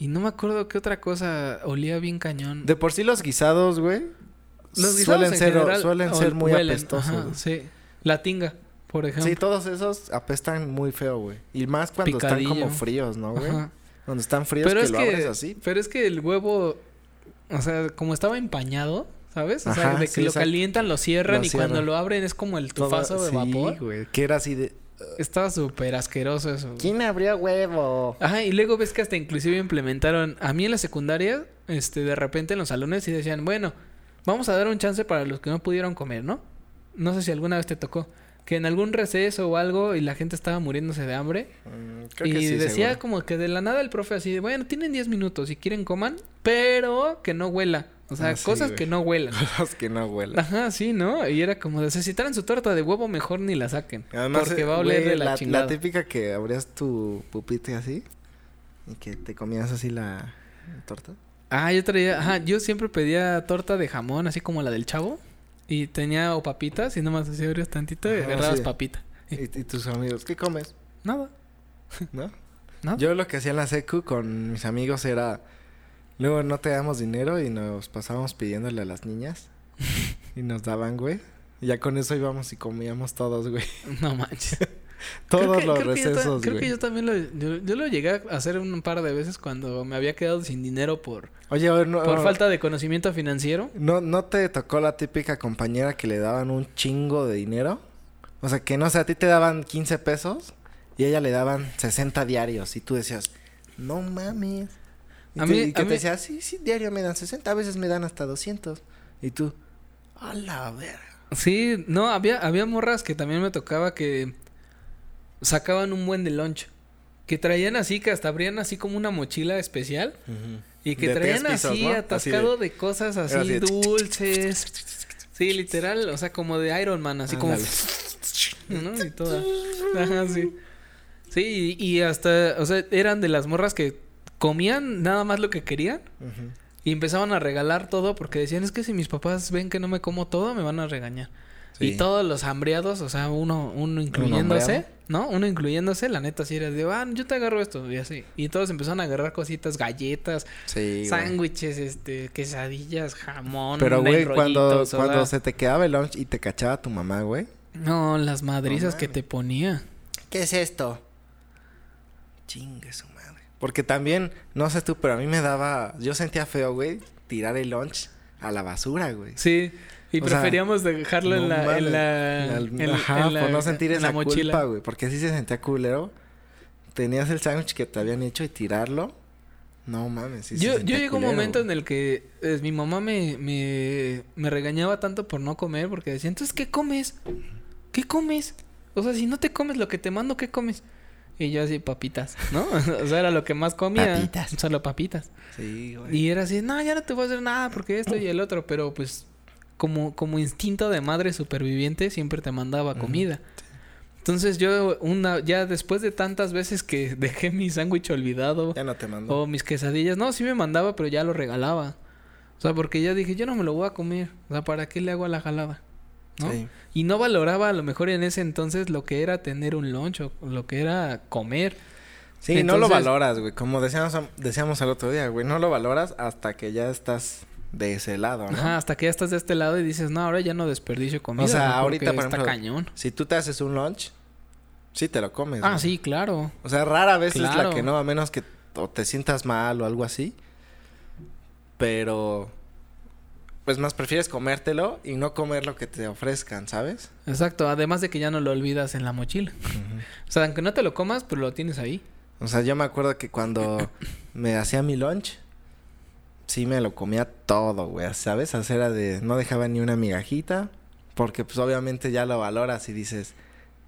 B: Y no me acuerdo qué otra cosa olía bien cañón.
A: De por sí los guisados, güey.
B: Los guisados
A: suelen
B: en
A: ser,
B: general
A: suelen ser
B: ol-
A: muy
B: huelen,
A: apestosos.
B: ajá,
A: güey.
B: sí. La tinga, por ejemplo.
A: Sí, todos esos apestan muy feo, güey. Y más cuando
B: Picadillo.
A: están como fríos, ¿no, güey?
B: Ajá.
A: Cuando están fríos
B: Pero
A: que
B: es
A: lo
B: que,
A: abres así.
B: pero es que el huevo, o sea, como estaba empañado, ¿sabes? O sea,
A: Ajá,
B: de que
A: sí,
B: lo
A: exacto.
B: calientan, lo cierran
A: Lo
B: y cuando
A: cierran.
B: lo abren es como el
A: todo-
B: tufazo de
A: sí,
B: vapor.
A: güey. Que era así de...
B: Estaba súper asqueroso eso. güey.
A: ¿Quién abrió huevo?
B: Ajá, y luego ves que hasta inclusive implementaron, a mí en la secundaria, este, de repente en los salones y decían, bueno, vamos a dar un chance para los que no pudieron comer, ¿no? No sé si alguna vez te tocó, que en algún receso o algo y la gente estaba muriéndose de hambre
A: Mm, creo
B: y
A: que sí,
B: decía
A: seguro.
B: como que de la nada el profe así, de, bueno, tienen 10 minutos, si quieren coman, pero que no huela, o sea,
A: Ah, sí,
B: cosas
A: güey.
B: que
A: [LAUGHS]
B: no huelan.
A: Cosas que no huelen.
B: Ajá, sí, ¿no? Y era como, de, si traen su torta de huevo, mejor ni la saquen.
A: Además,
B: porque
A: eh,
B: va a oler
A: güey,
B: de la, chingada.
A: típica que abrías tu pupite así y que te comías así la torta.
B: Ah, yo traía, ajá, yo siempre pedía torta de jamón, así como la del chavo. Y tenía o papitas, y nomás así abrías tantito y
A: Ajá,
B: agarrabas
A: sí.
B: papita.
A: Y, y tus amigos, ¿qué comes?
B: Nada.
A: ¿No?
B: ¿No?
A: Yo lo que hacía en la secu con mis amigos era... Luego no te damos dinero y nos pasábamos pidiéndole a las
B: [LAUGHS]
A: niñas. y nos daban, güey. Y ya con eso íbamos y comíamos todos, güey.
B: [LAUGHS] No manches.
A: [LAUGHS] Todos
B: Creo que-
A: los
B: creo que yo ta-
A: recesos,
B: Creo que
A: güey.
B: yo también lo... Yo, yo lo llegué a hacer un par de veces cuando me había quedado sin dinero por...
A: Oye, a ver, no,
B: Por
A: no,
B: falta de conocimiento financiero.
A: ¿no, ¿no te tocó la típica compañera que le daban un chingo de dinero? O sea, que no sé, a ti te daban 15 pesos y a ella le daban 60 diarios y tú decías, no mames. Y,
B: A
A: te-
B: mí-
A: y que te
B: a mí-
A: decía, sí, sí, diario me dan 60, a veces me dan hasta 200. Y tú, a la verga.
B: Sí, no, había, había morras que también me tocaba que sacaban un buen de lunch. Que traían así, que hasta abrían así como una mochila especial. Y que
A: De
B: traían
A: tres pisos,
B: así
A: ¿no? Así
B: atascado de... cosas así,
A: Era así de-
B: dulces. Sí, literal, o sea, como de Iron Man, así [LAUGHS] como...
A: Ándale.
B: ¿no? Y toda. Ajá, sí. Sí, y, y hasta, o sea, eran de las morras que comían nada más lo que querían
A: Ujú.
B: y empezaban a regalar todo porque decían, es que si mis papás ven que no me como todo, me van a regañar.
A: Sí.
B: Y todos los hambreados, o sea, uno, uno incluyéndose, ¿no? Uno incluyéndose, la neta sí era de, ah, yo te agarro esto, y así. Y todos empezaron a agarrar cositas, galletas,
A: Sí, güey.
B: sándwiches, este, quesadillas, jamón,
A: Pero, güey,
B: rollitos,
A: cuando,
B: o sea,
A: cuando se te quedaba el lunch y te cachaba tu mamá, güey.
B: No, las madrizas
A: No
B: que te ponía.
A: ¿Qué es esto? Chingue su madre. Porque también, no sé tú, pero a mí me daba. Yo sentía feo, güey, tirar el lunch a la basura, güey.
B: Sí, y
A: O sea,
B: preferíamos dejarlo
A: No
B: en la,
A: mames.
B: en la,
A: Al-
B: en-
A: Ajá,
B: en la-
A: por no sentir
B: en
A: esa culpa, güey. Porque sí se sentía culero. Tenías el sándwich que te habían hecho y tirarlo. No mames, sí se
B: yo yo
A: sentía
B: llegó un
A: culero,
B: momento en
A: güey.
B: el que eh, mi mamá me, me, me regañaba tanto por no comer porque decía, entonces, ¿qué comes? ¿Qué comes? O sea, si no te comes lo que te mando, ¿qué comes? Y yo así, papitas, ¿no? [LAUGHS] o sea, era lo que más comía.
A: Papitas.
B: Solo papitas.
A: Sí, güey.
B: Y era así, no, ya no te voy a hacer nada porque esto y el otro, pero pues como, como instinto de madre superviviente siempre te mandaba
A: Ujú,
B: comida. Entonces yo una ya después de tantas veces que [LAUGHS] dejé mi sándwich olvidado
A: Ya no te mando.
B: o mis quesadillas, no, sí me mandaba, pero ya lo regalaba. O sea, porque ya dije, yo no me lo voy a comer. O sea, ¿para qué le hago a la jalada? ¿No?
A: Sí.
B: Y no valoraba a lo mejor en ese entonces lo que era tener un lunch o lo que era comer.
A: Sí, no lo
B: Entonces-
A: valoras, güey. Como decíamos, decíamos el otro día, güey. No lo valoras hasta que ya estás de ese lado, ¿no?
B: Ajá, hasta que ya estás de este lado y dices, no, ahora ya no desperdicio comida.
A: O sea,
B: ¿no?
A: ahorita,
B: Porque
A: por
B: está
A: ejemplo,
B: cañón.
A: Si tú te haces un lunch, sí te lo comes.
B: Ah,
A: güey.
B: sí, claro.
A: O sea, rara vez es la
B: Claro.
A: que no, a menos que o te sientas mal o algo así. Pero, pues más prefieres comértelo y no comer lo que te ofrezcan, ¿sabes?
B: Exacto. Además de que ya no lo olvidas en la mochila. O sea, aunque no te lo comas, pero lo tienes ahí.
A: O sea, yo me acuerdo que cuando me hacía mi lunch, sí me lo comía todo, güey, ¿sabes? O sea, era de, no dejaba ni una migajita, porque pues obviamente ya lo valoras y dices,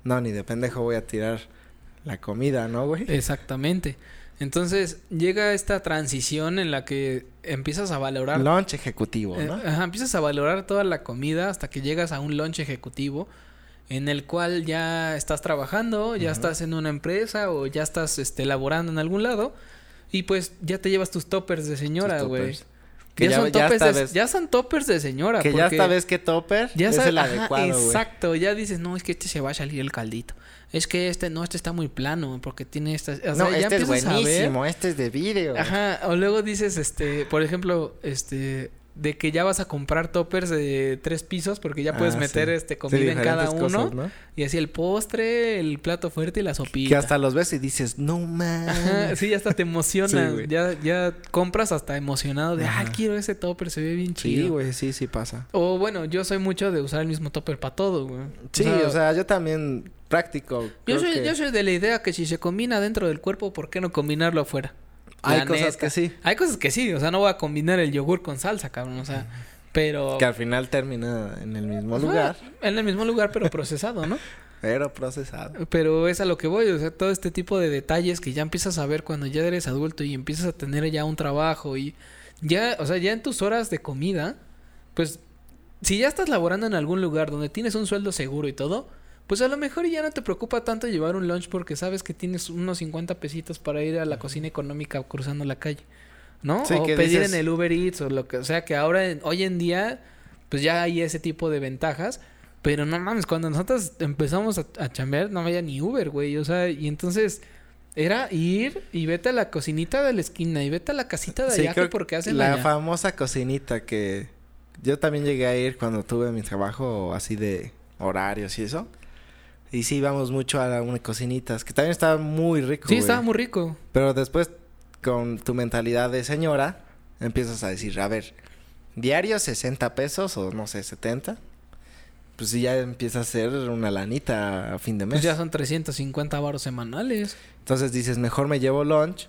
A: no, ni de pendejo voy a tirar la comida, ¿no, güey?
B: Exactamente. Entonces llega esta transición en la que empiezas a valorar.
A: Lunch ejecutivo,
B: eh,
A: ¿no?
B: ajá, empiezas a valorar toda la comida hasta que llegas a un lunch ejecutivo en el cual ya estás trabajando, ya
A: Ujú.
B: estás en una empresa o ya estás este, laborando en algún lado y pues ya te llevas tus toppers de señora,
A: Tus
B: güey.
A: toppers. Que
B: Ya,
A: ya,
B: son
A: ya
B: toppers
A: esta
B: de,
A: vez-
B: ya son toppers de señora.
A: que ya
B: porque
A: esta vez que topper
B: ya
A: es
B: sabes-
A: el
B: ajá,
A: adecuado, güey.
B: Exacto, ya dices, no, es que este se va a salir el caldito. Es que este no, este está muy plano porque tiene estas... o sea,
A: no,
B: ya
A: este es
B: empiezas a ver-
A: buenísimo, este es de vidrio.
B: Ajá, o luego dices, este, por ejemplo, este, de que ya vas a comprar toppers de tres pisos porque ya puedes
A: Ah,
B: meter
A: sí.
B: este
A: Sí,
B: comida en cada uno.
A: diferentes cosas, ¿no?
B: Y así el postre, el plato fuerte y la sopita.
A: Que hasta los ves y dices, no
B: Ajá,
A: mames.
B: sí, hasta te emocionas.
A: [LAUGHS] Sí, güey.
B: ya, ya compras hasta emocionado de, ah,
A: Ajá.
B: quiero ese topper, se ve bien
A: Sí,
B: chido.
A: güey, sí, sí pasa.
B: o bueno, yo soy mucho de usar el mismo topper para todo, güey.
A: Sí, o sea, yo también práctico.
B: yo
A: creo
B: soy,
A: que
B: yo soy de la idea que si se combina dentro del cuerpo, ¿por qué no combinarlo afuera?
A: Hay
B: La
A: cosas
B: neta.
A: que sí.
B: Hay cosas que sí, o sea, no voy a combinar el yogur con salsa, cabrón, o sea, pero...
A: Que al final termina en el mismo
B: Ajá,
A: lugar,
B: En el mismo lugar, pero procesado, ¿no?
A: pero procesado.
B: Pero es a lo que voy, o sea, todo este tipo de detalles que ya empiezas a ver cuando ya eres adulto y empiezas a tener ya un trabajo y ya, o sea, ya en tus horas de comida, pues si ya estás laborando en algún lugar donde tienes un sueldo seguro y todo, pues a lo mejor ya no te preocupa tanto llevar un lunch porque sabes que tienes unos 50 pesitos para ir a la cocina económica cruzando la calle, ¿no?
A: Sí,
B: o
A: que
B: pedir
A: dices-
B: en el Uber Eats o lo que, o sea, que ahora en- hoy en día pues ya hay ese tipo de ventajas. Pero no mames, cuando nosotros empezamos a, a chambear, no había ni Uber, güey. O sea, y entonces era ir y vete a la cocinita de la esquina y vete a la casita de
A: Sí,
B: allá que
A: creo que
B: porque hacen
A: la
B: allá.
A: famosa cocinita que yo también llegué a ir cuando tuve mi trabajo así de horarios y eso. Y sí, íbamos mucho a unas cocinitas, que también estaba muy rico.
B: Sí,
A: güey.
B: estaba muy rico.
A: Pero después, con tu mentalidad de señora, empiezas a decir, a ver, diario 60 pesos o no sé, 70. Pues sí, ya empieza a ser una lanita a fin de mes.
B: Pues ya son 350 baros semanales.
A: Entonces dices, mejor me llevo lunch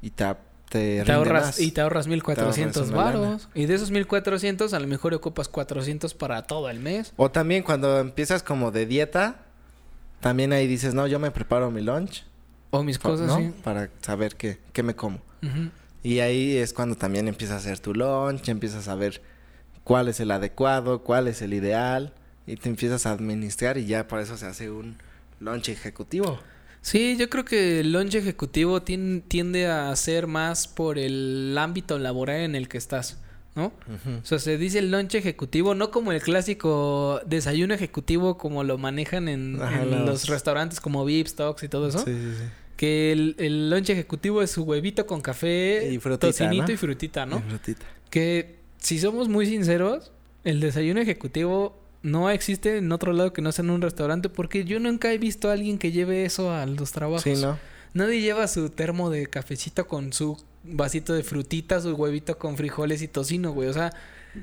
A: y te, te,
B: Te
A: rinde
B: ahorras,
A: más.
B: y te ahorras
A: Te
B: 1400
A: ahorras una
B: varos. Y de esos 1400, a lo mejor ocupas 400 para todo el mes.
A: O también cuando empiezas como de dieta, también ahí dices, no, yo me preparo mi lunch.
B: O mis
A: pa-
B: cosas,
A: ¿no?
B: sí.
A: Para saber qué, qué me como.
B: Ujú.
A: Y ahí es cuando también empiezas a hacer tu lunch, empiezas a ver cuál es el adecuado, cuál es el ideal, y te empiezas a administrar y ya para eso se hace un lunch ejecutivo.
B: Sí, yo creo que el lunch ejecutivo tien- tiende a ser más por el ámbito laboral en el que estás, ¿no? O sea, se dice el lunch ejecutivo, no como el clásico desayuno ejecutivo como lo manejan en,
A: Ajá,
B: en
A: los-
B: los restaurantes como Vips, Stocks y todo eso.
A: sí, sí.
B: Que el, el lunch ejecutivo es su huevito con café,
A: Y frutita,
B: tocinito
A: ¿no?
B: y frutita, ¿Ah, ¿no?
A: Y frutita.
B: Que si somos muy sinceros, el desayuno ejecutivo no existe en otro lado que no sea en un restaurante porque yo nunca he visto a alguien que lleve eso a los trabajos.
A: Sí, ¿no?
B: Nadie lleva su termo de cafecito con su vasito de frutita, su huevito con frijoles y tocino, güey. O sea,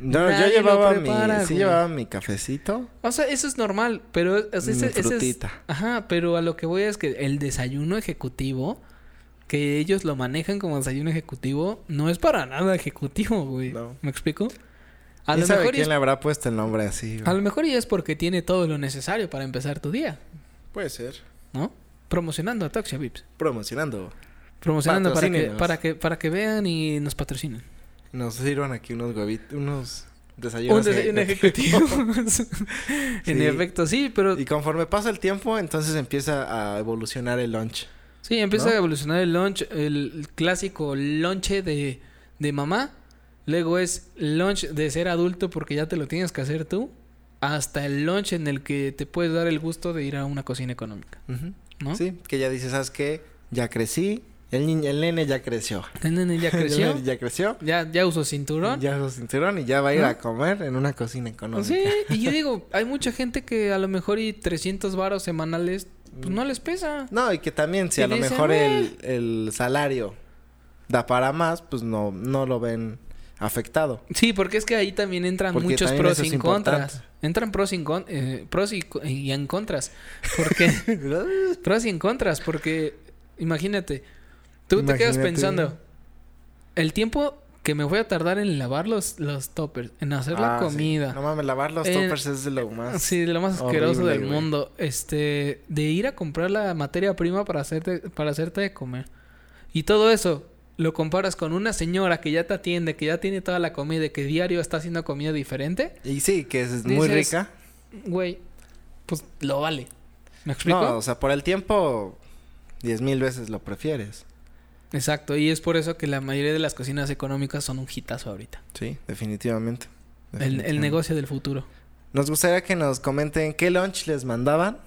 A: No,
B: Nadie
A: yo
B: lo
A: llevaba mi,
B: prepara,
A: sí
B: güey.
A: llevaba mi cafecito.
B: o sea, eso es normal, pero o sea, ese-
A: Mi
B: ese es-
A: frutita.
B: ajá, pero a lo que voy es que el desayuno ejecutivo que ellos lo manejan como desayuno ejecutivo no es para nada ejecutivo, güey.
A: No.
B: ¿Me explico? A
A: ¿Quién
B: lo
A: sabe
B: mejor y
A: quién
B: es
A: le habrá puesto el nombre así? güey?
B: A lo mejor y es porque tiene todo lo necesario para empezar tu día,
A: Puede ser.
B: ¿no? Promocionando a Toxia Vips.
A: Promocionando.
B: Promocionando para que,
A: Patrocínenos.
B: para, que, para que vean y nos patrocinen.
A: Nos sirvan aquí unos huevitos, unos desayunos.
B: Un
A: [LAUGHS]
B: desayuno ejecutivo. en
A: Sí.
B: efecto, sí, pero
A: Y conforme pasa el tiempo, entonces empieza a evolucionar el lunch.
B: sí, empieza
A: ¿no?
B: a evolucionar el lunch, el el clásico lonche de, de mamá. Luego es lunch de ser adulto porque ya te lo tienes que hacer tú. Hasta el lunch en el que te puedes dar el gusto de ir a una cocina económica,
A: Ujú.
B: ¿no?
A: Sí, que ya dices, ¿sabes qué? Ya crecí, el, niño, el nene ya creció.
B: El nene ya
A: [LAUGHS] El
B: creció.
A: nene ya creció.
B: ya, ya usó cinturón.
A: Ya su cinturón y ya va a ir
B: ¿No?
A: a comer en una cocina económica.
B: Sí, y yo digo, hay mucha gente que a lo mejor y 300 varos semanales, pues no les pesa.
A: No, y que también si
B: Y
A: a lo
B: dicen,
A: mejor el, el salario da para más, pues no, no lo ven
B: [LAUGHS]
A: afectado.
B: Sí, porque es que ahí también entran
A: Porque
B: muchos
A: también
B: pros
A: eso es
B: y contras.
A: importante.
B: Entran pros y, con- eh, pros y, co- y en contras. Porque,
A: [LAUGHS]
B: pros y en contras, porque imagínate, tú te quedas
A: Imagínate.
B: pensando, el tiempo que me voy a tardar en lavar los, los toppers, en hacer la
A: Ah, sí.
B: comida.
A: No mames, lavar los
B: Eh,
A: toppers es de lo más.
B: Sí, de lo más asqueroso
A: horrible,
B: del
A: güey.
B: mundo. Este, de ir a comprar la materia prima para hacerte, para hacerte de comer. Y todo eso lo comparas con una señora que ya te atiende, que ya tiene toda la comida y que diario está haciendo comida diferente.
A: Y sí, que es muy
B: Dices,
A: rica.
B: Güey, pues lo vale. ¿Me explico?
A: No, o sea, por el tiempo, diez mil veces lo prefieres.
B: Exacto. Y es por eso que la mayoría de las cocinas económicas son un hitazo ahorita.
A: Sí, definitivamente.
B: El, el
A: Definitivamente.
B: negocio del futuro.
A: Nos gustaría que nos comenten qué lunch les mandaban.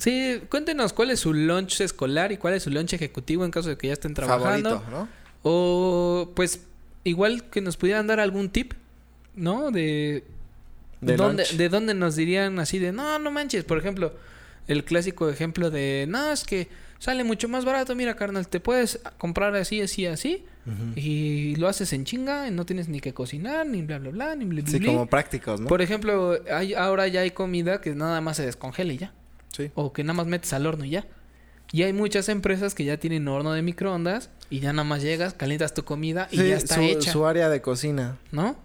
B: Sí, cuéntenos cuál es su lunch escolar y cuál es su lunch ejecutivo en caso de que ya estén trabajando.
A: Favorito, ¿no?
B: O pues igual que nos pudieran dar algún tip, ¿no? De,
A: De
B: dónde,
A: lunch.
B: de dónde nos dirían así de, no, no manches, por ejemplo, el clásico ejemplo de, no, es que sale mucho más barato, mira carnal, te puedes comprar así, así, así,
A: Ujú.
B: y lo haces en chinga, y no tienes ni que cocinar, ni bla, bla, bla, ni bla, bla,
A: Sí,
B: bla".
A: como prácticos, ¿no?
B: Por ejemplo, hay, ahora ya hay comida que nada más se descongela y ya.
A: Sí.
B: O que nada más metes al horno y ya. Y hay muchas empresas que ya tienen horno de microondas y ya nada más llegas, calientas tu comida y
A: Sí,
B: ya está
A: su,
B: hecha,
A: su área de cocina.
B: ¿no?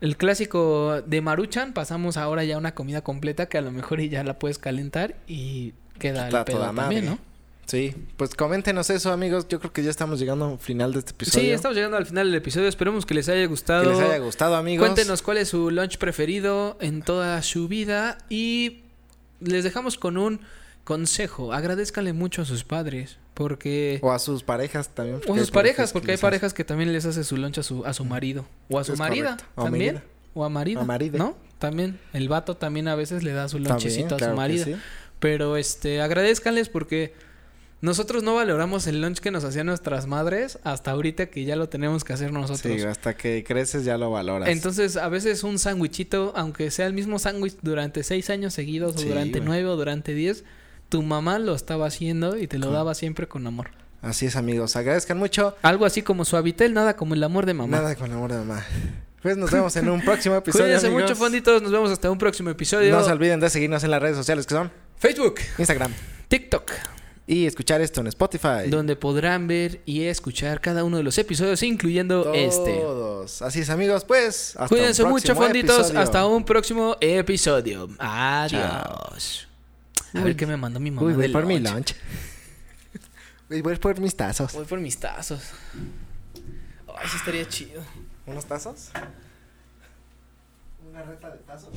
B: El clásico de Maruchan, pasamos ahora ya a una comida completa que a lo mejor y ya la puedes calentar y queda
A: Pues Está
B: el pedo
A: toda
B: también,
A: madre.
B: ¿no?
A: Sí, pues coméntenos eso, amigos. Yo creo que ya estamos llegando al final de este episodio.
B: Sí, estamos llegando al final del episodio. Esperemos que les haya
A: Que
B: gustado.
A: les haya gustado, amigos.
B: Cuéntenos cuál es su lunch preferido en toda su vida y les dejamos con un consejo. Agradezcanle mucho a sus padres porque...
A: O a sus parejas también.
B: O a
A: porque
B: sus
A: hay
B: parejas, porque hay
A: que les hacen-
B: parejas que también les hace su lunch a su, a su marido. O a su
A: Es
B: marida
A: correcto. O
B: también.
A: marida.
B: O a marido.
A: O maride.
B: ¿No? También. El vato también a veces le da su
A: También,
B: lonchecito a
A: claro
B: su
A: que
B: marido.
A: sí.
B: Pero este, agradezcanles porque nosotros no valoramos el lunch que nos hacían nuestras madres hasta ahorita que ya lo tenemos que hacer nosotros.
A: Sí, hasta que creces ya lo valoras.
B: Entonces, a veces un sándwichito, aunque sea el mismo sándwich durante seis años seguidos, o
A: Sí,
B: durante
A: güey.
B: nueve, o durante diez, tu mamá lo estaba haciendo y te lo daba siempre con amor.
A: Así es, amigos. Agradezcan mucho.
B: Algo así como suavitel, nada como el amor de mamá.
A: Nada con el amor de mamá. Pues nos vemos en un próximo episodio.
B: Cuídense
A: amigos.
B: mucho, fonditos. Nos vemos hasta un próximo episodio.
A: No se olviden de seguirnos en las redes sociales que son
B: Facebook,
A: Instagram
B: TikTok,
A: y escuchar esto en Spotify.
B: donde podrán ver y escuchar cada uno de los episodios, incluyendo este.
A: Todos. Así es, amigos. Pues hasta un
B: Cuídense mucho,
A: próximo
B: fonditos.
A: episodio.
B: Hasta un próximo episodio. Adiós. A ver qué me mandó mi mamá.
A: Uy, voy
B: del
A: por mi
B: lunch.
A: lunch. Uy, voy por mis tazos.
B: Voy por mis tazos. Ay, sí estaría chido.
A: ¿Unos tazos? ¿Una reta de tazos?